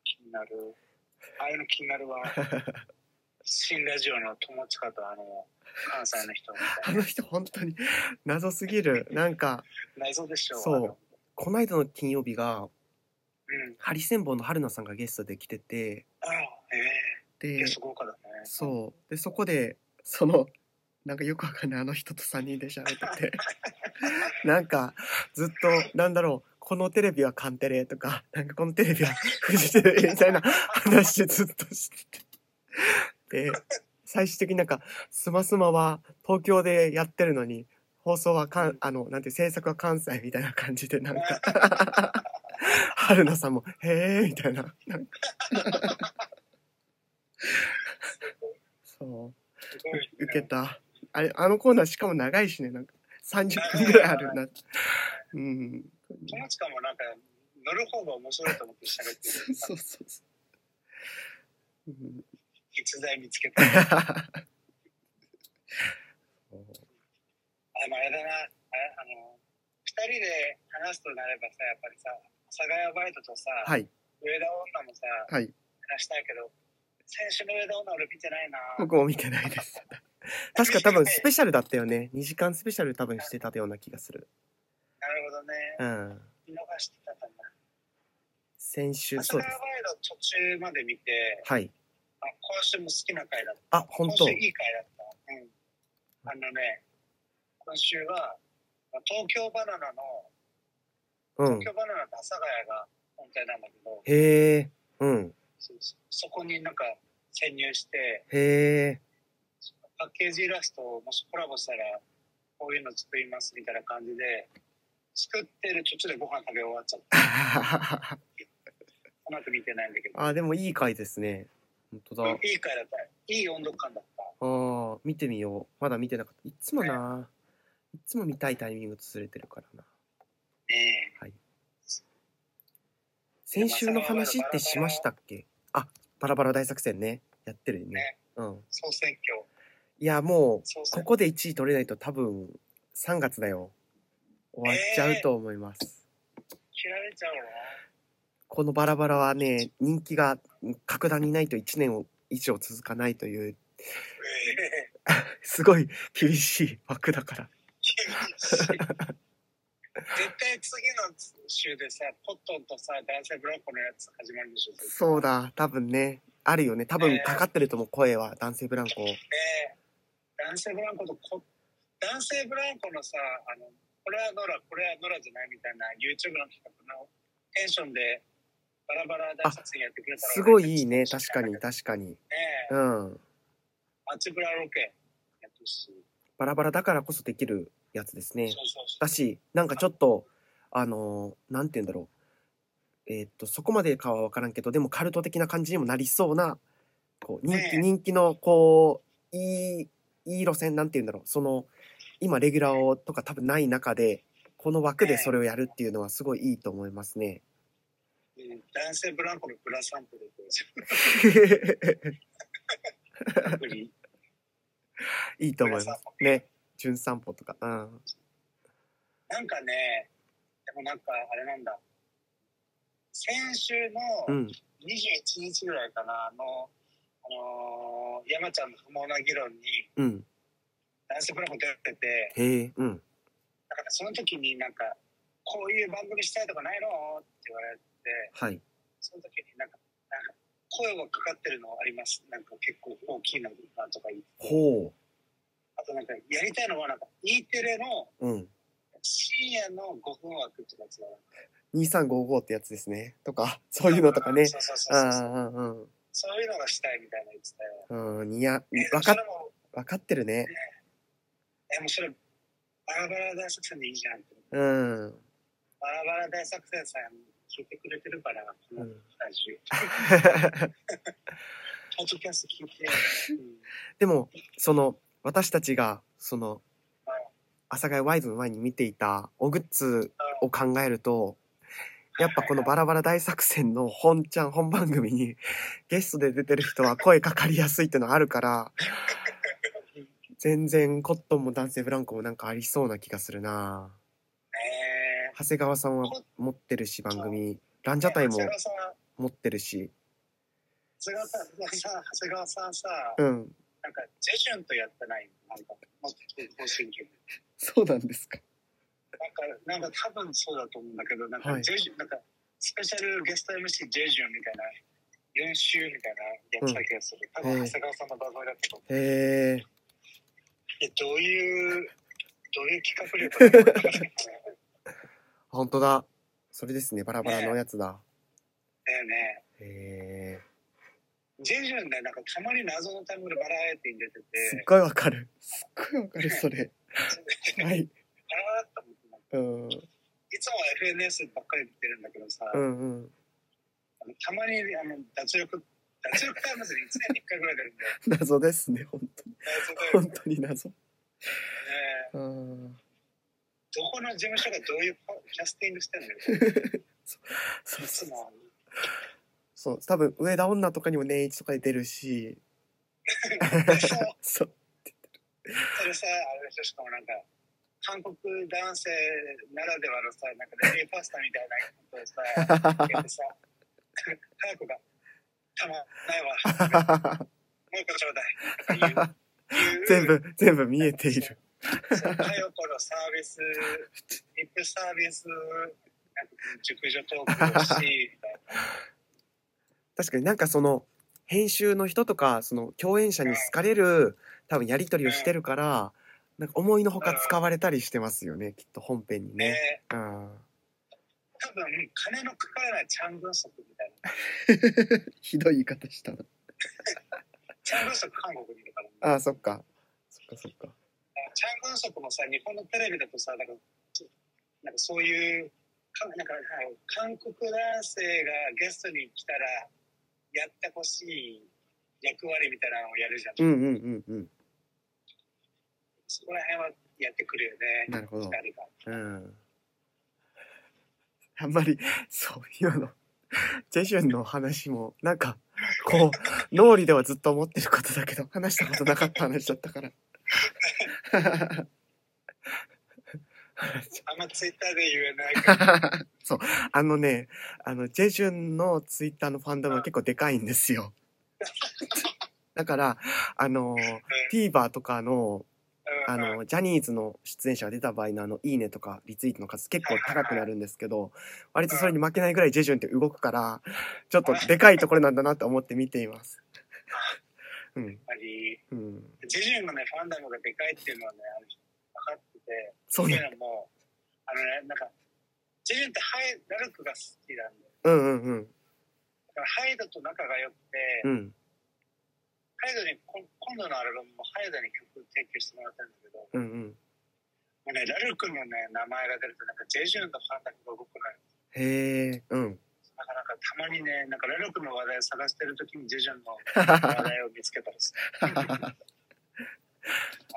気になる。ああいうの気になるわ。新ラジオの友近とあの、関西の人みたあいな。の人本当に謎すぎる。なんか、内臓でしょ。そうあのこの間の金曜日が、うん。ハリセンボンの春菜さんがゲストで来てて、ああ、ええでゲ、スト豪華だね。そう。で、そこで、その、なんかよくわかんないあの人と3人で喋ってて、なんか、ずっと、なんだろう、このテレビはカンテレとか、なんかこのテレビはフジテレビみたいな話ずっとしてて。で、最終的になんか、スマスマは東京でやってるのに、放送はかん、あの、なんていう、制作は関西みたいな感じで、なんか、春菜さんも、へえみたいな。なんかそう。すごいね受けた。あれ、あのコーナーしかも長いしね、なんか30分ぐらいあるな。うん。友近もなんか乗る方が面白いと思って喋ってそうるそうそうそう。うん逸材見つけたあでもあれだなあれあの二人で話すとなればさやっぱりさ阿佐ヶ谷バイトとさ、 はい、上田女もさはい。話したいけど先週の上田女俺見てないな僕も見てな いです。確か多分スペシャルだったよね。2時間スペシャル多分してたような気がする。なるほどねうん。見逃してたかな先週、阿佐そうヶで谷す。バイト途中まで見てはい。あ今週も好きな回だったあ、本当今週いい回だった。うん。あのね、今週は、東京バナナの、うん東。京バナナと阿佐ヶ谷が本体なんだけど、へえ。うん。そそそこになんか潜入して、へえ。パッケージイラストをもしコラボしたら、こういうの作りますみたいな感じで、作ってる途中でご飯食べ終わっちゃった。うまく見てないんだけど。 あ、でもいい回ですね。本当だ。いい回だった。いい温度感だった。ああ、見てみよう。まだ見てなかった。いつもな。いつも見たいタイミングとずれてるからな。ね先週の話ってしましたっけあ、バラバラ大作戦ね。やってるよえ、ね。ねうん。総選挙。いや、も総選う、こ挙。こで1位取れないと多分、3月だよ。終わっちゃうと思います。 切られちゃうのこのバラバラはね、人気が格段にないと1年を以上続かないという、ええすごい厳しい枠だから。厳しい絶対次の週でさコットンとさ男性ブランコのやつ始まるでしょ絶対そうだ、多分ね。あるよね。多分ねかかってると思う、声は。男性ブランコ。ね男性ブランコとこ男性ブランコのさあのこれはノラこれはノラじゃないみたいな YouTube の企画のテンションでバラバラ大作戦やってくれたらすごいいいね。確かに、確かに。ねうん。街ブラロ ケやってほしいバラバラだからこそできるやつですねそう。そうそだうし、なんかちょっと、あのーなんて言うんだろう。えーっと、そこまでかはわからんけど、でもカルト的な感じにもなりそうな、こう、人ね気、え人気の、こう、いい、いい路線、なんて言うんだろう。その、今、レギュラーをとか多分ない中で、この枠でそれをやるっていうのはすごいいいと思いま すね。うん男性ブランコのブラサンプルってやつアプ リいいと思います。ね。純散歩とか。うん。なんかね、でもなんかあれなんだ。先週うのん。 21日ぐらいかな、の、あのー山ちゃんの不毛な議論に、うん。男性ブランコ出てて、へえ。うん。だからその時になんか、こういう番組したいとかないのって言われて、はい。その時になんか、なんか声がかかってるのあります。なんか結構大きいのなとか言って。ほあとなんか、やりたいのはなんか、E テレのう。うん。深夜の5分枠ってやつだな2355ってやつですね。とか、そういうのとかね。そうそうそうそうそう。ああ、そういうのがしたいみたいな言ってたよ。うん、うん。いや、えわかそっれ、もわかってるね。え、もうそれ、バラバラ大作戦でいいじゃんって。うん。 バラバラ大作戦さん聞いてくれてるから、こうのん、ラジオ。ポッドキャスト聞いて。うんでも、その、私たちが、その、阿佐ヶ谷ワイズの前に見ていた、おグッズを考えると、やっぱこのバラバラ大作戦の本ちゃん、本番組に、ゲストで出てる人は声かかりやすいってのあるから、全然コットンも男性ブランコもなんかありそうな気がするなえ長谷川さんは持ってるし、番組。ランジャタイも長谷川さん、持ってるし。長谷川さん、長谷川さんさ、うん。なんか、ジェジュンとやってないなんか、持ってきてほしいけど。そうなんですか。なんか、なんか多分そうだと思うんだけど、なんはか、いジェジュン、なんか、スペシャルゲスト MC ジェジュンみたいな、練習みたいなやつだけがする。多分、長谷川さんの画像だけど。へえ。え、どういう、どうそういう企画力だと思いますね 本当だ。それですね、バラバラのやつだ。だよね。へえ。ジェジュンね、なんかたまに謎の単語でバラエティに出て、すってごいわかる。すっごいわかる、それ。はい。あらーっと思って、うん。いつも FNS ばっかり見てるんだけどさ、うんうん。たまにあの脱力、脱力タイムズに1年に1回ぐらい出るんだよ。謎ですね、本当に。脱力タイム本当に謎。ズね、うん。どこの事務所がどういうキャスティングしてんだよ。そういつそう。も、そう、多分、上田女とかにも年一とかで出る し、そうそう。 それさ、あれでしょ、しかもなんか、韓国男性ならではのさ、なんかレディーパスタみたいなことをさ、やってさ、早くが、たまんないわ、もう一個ちょうだい。とか言う 全。部、全部見えている。そうかよこのサービス、リップサービス、なんか熟女トークをし、みたいな確かになんかその、編集の人とか、その、共演者に好かれる、多分やりとりをしてるから、なんか思いのほか使われたりしてますよね、きっと本編に ね。ね、うん。多分金のかからないチャン・グンソクみたいな。 ひどい言い方したな。チャン・グンソク韓国にいるから、ね。ああ、そっか。そっかそっか。チャン・グンソクもさ、日本のテレビだとさ、なんか、なんかそういう、かなんか、はい韓国男性がゲストに来たら、やってほしい役割みたいなのをやるじゃん。うんうんうんうん。そこら辺はやってくるよね。なるほど二人が。うん。あんまり、そう、今の、ジェジュンの話も、なんか、こう、脳裏ではずっと思ってることだけど、話したことなかった話だったから。あんまツイッターで言えないから。 そう、あのね、あの、ジェジュンのツイッターのファンドムは結構でかいんです よ。だから、あの、TVer とかの、うん あの、ジャニーズの出演者が出た場合のあの、いいねとかリツイートの数結構高くなるんですけど、割とそれに負けないぐらいジェジュンって動くから、ちょっとでかいところなんだなと思って見てい ます。うん、やっぱり、うん。ジェジュンのね、ファンダムがでかいっていうのはね、あの分かってて、そうってね。いうのも、あのね、なんか、ジェジュンってハイ、ラルクが好きなんで、うんうんうん。だからハイドと仲が良くて、うん。ハイドにこ今度のアルバムもハイドに曲提供してもらったんだけど、もうんうん。うね、ラルクのね、名前が出ると、なんかジェジュンのファンだけが動くのよ。へえ。うん。なかなかたまにね、なんかラルクの話題を探してるときにジェジュンの話題を見つけたりする。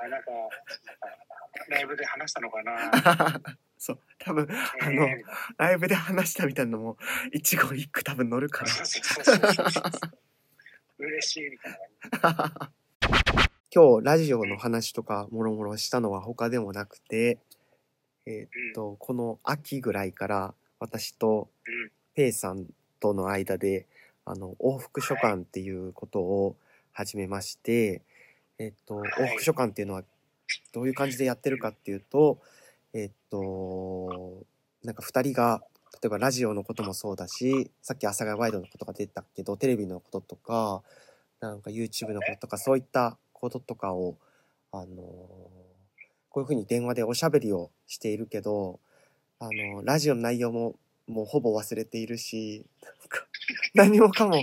あなんか、ライブで話したのかな そう。多分、えーあのライブで話したみたいなのも、一言一句多分乗るから。そうそうそうそうそう嬉しいみたいな。今日ラジオの話とかもろもろしたのは他でもなくて、えーっと、この秋ぐらいから私とうんペイさんとの間で、あの、往復書館っていうことを始めまして、えーっと、い往復書館っていうのはどういう感じでやってるかっていうと、えーっと、なんか二人が、例えばラジオのこともそうだし、さっき阿佐ヶ谷ワイドのことが出たけど、テレビのこととか、なんか YouTube のこととかそういったこととかを、あのーこういうふうに電話でおしゃべりをしているけど、あのーラジオの内容ももうほぼ忘れているし、なんか何もかも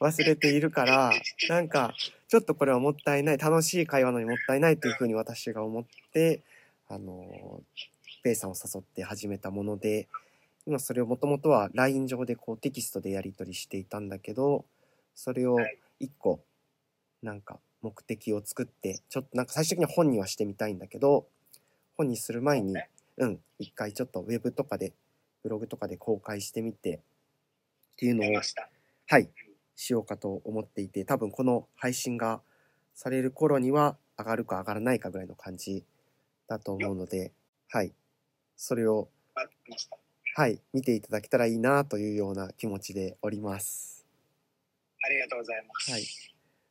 忘れているから、なんかちょっとこれはもったいない、楽しい会話なのにもったいないというふうに私が思って、あのーペイさんを誘って始めたもので、今それをもともとは LINE 上でこうテキストでやり取りしていたんだけど、それをはい一個なんか目的を作ってちょっとなんか最終的には本にはしてみたいんだけど本にする前にそうねうん一回ちょっとウェブとかでブログとかで公開してみてっていうの出をました。はいしようかと思っていて多分この配信がされる頃には上がるか上がらないかぐらいの感じだと思うのではいそれを待ってました。はい見ていただけたらいいなというような気持ちでおりますありがとうございます。はい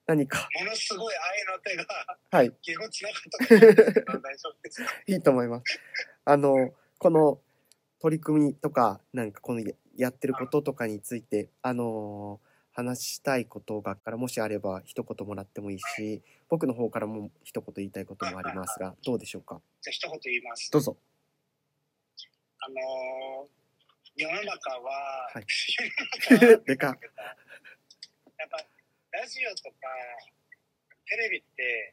何かものすごい愛の手が、 はいぎこちなかっ たと思うんですけど大丈夫です。いいと思います。あの、この取り組みとか、なんかこのややってることとかについて、あのー話したいことがからもしあれば一言もらってもいいし僕の方からも一言言いたいこともありますがどうでしょうかじゃあ一言言います。どうぞあのー、世の中は、はい世の中は でかっやっぱラジオとかテレビって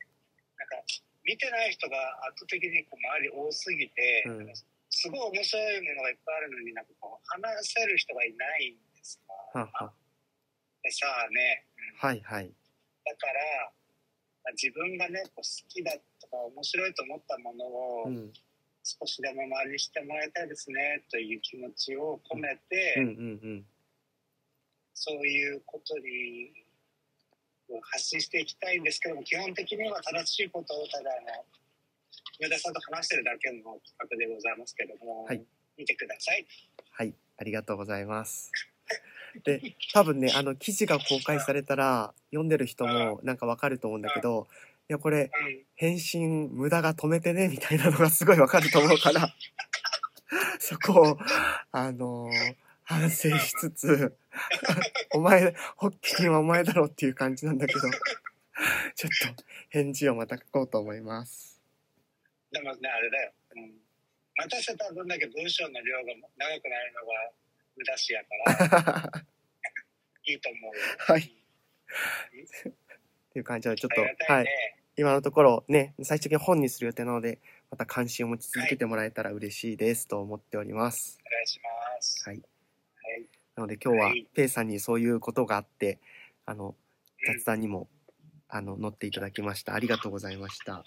なんか見てない人が圧倒的にこう周り多すぎて、うんすごい面白いものがいっぱいあるのになんかこう話せる人がいないんですよはあはでさあね、うんあはいはいだから、まあ自分がねこう好きだとか面白いと思ったものを、うん少しでも周りにしてもらいたいですねという気持ちを込めて、うんうんそういうことに発信していきたいんですけども基本的には正しいことをただあの上田さんと話してるだけの企画でございますけども、はい見てください。はいありがとうございますで多分ねあの記事が公開されたら読んでる人もなんかわかると思うんだけどいやこれうん返信無駄が止めてねみたいなのがすごいわかると思うから そこをあのー反省しつつ お前ホッキンはお前だろっていう感じなんだけどちょっと返事をまた書こうと思います でもねあれだよ、うん、待たせた分だけ文章の量が長くなるのが無駄しやか らはいいと思うよ。いっていう感じでちょっあと、りがたはいいね、今のところね最終的に本にする予定なのでまた関心を持ち続けてもらえたら嬉しいですと思っておりますお願いします。はいはいなので今日ははいペイさんにそういうことがあってあのうん雑談にもあの乗っていただきましたありがとうございました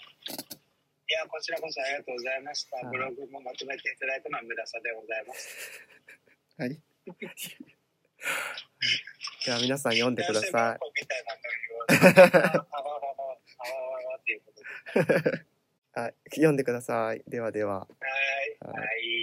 いや、こちらこそありがとうございましたは。いブログもまとめていただいたのは無駄さでございます。はいでは皆さん読んでくださいい。みたいなのを言われてあわわわわあわわわっていうことで。あ読んでくださいではでははい。はい。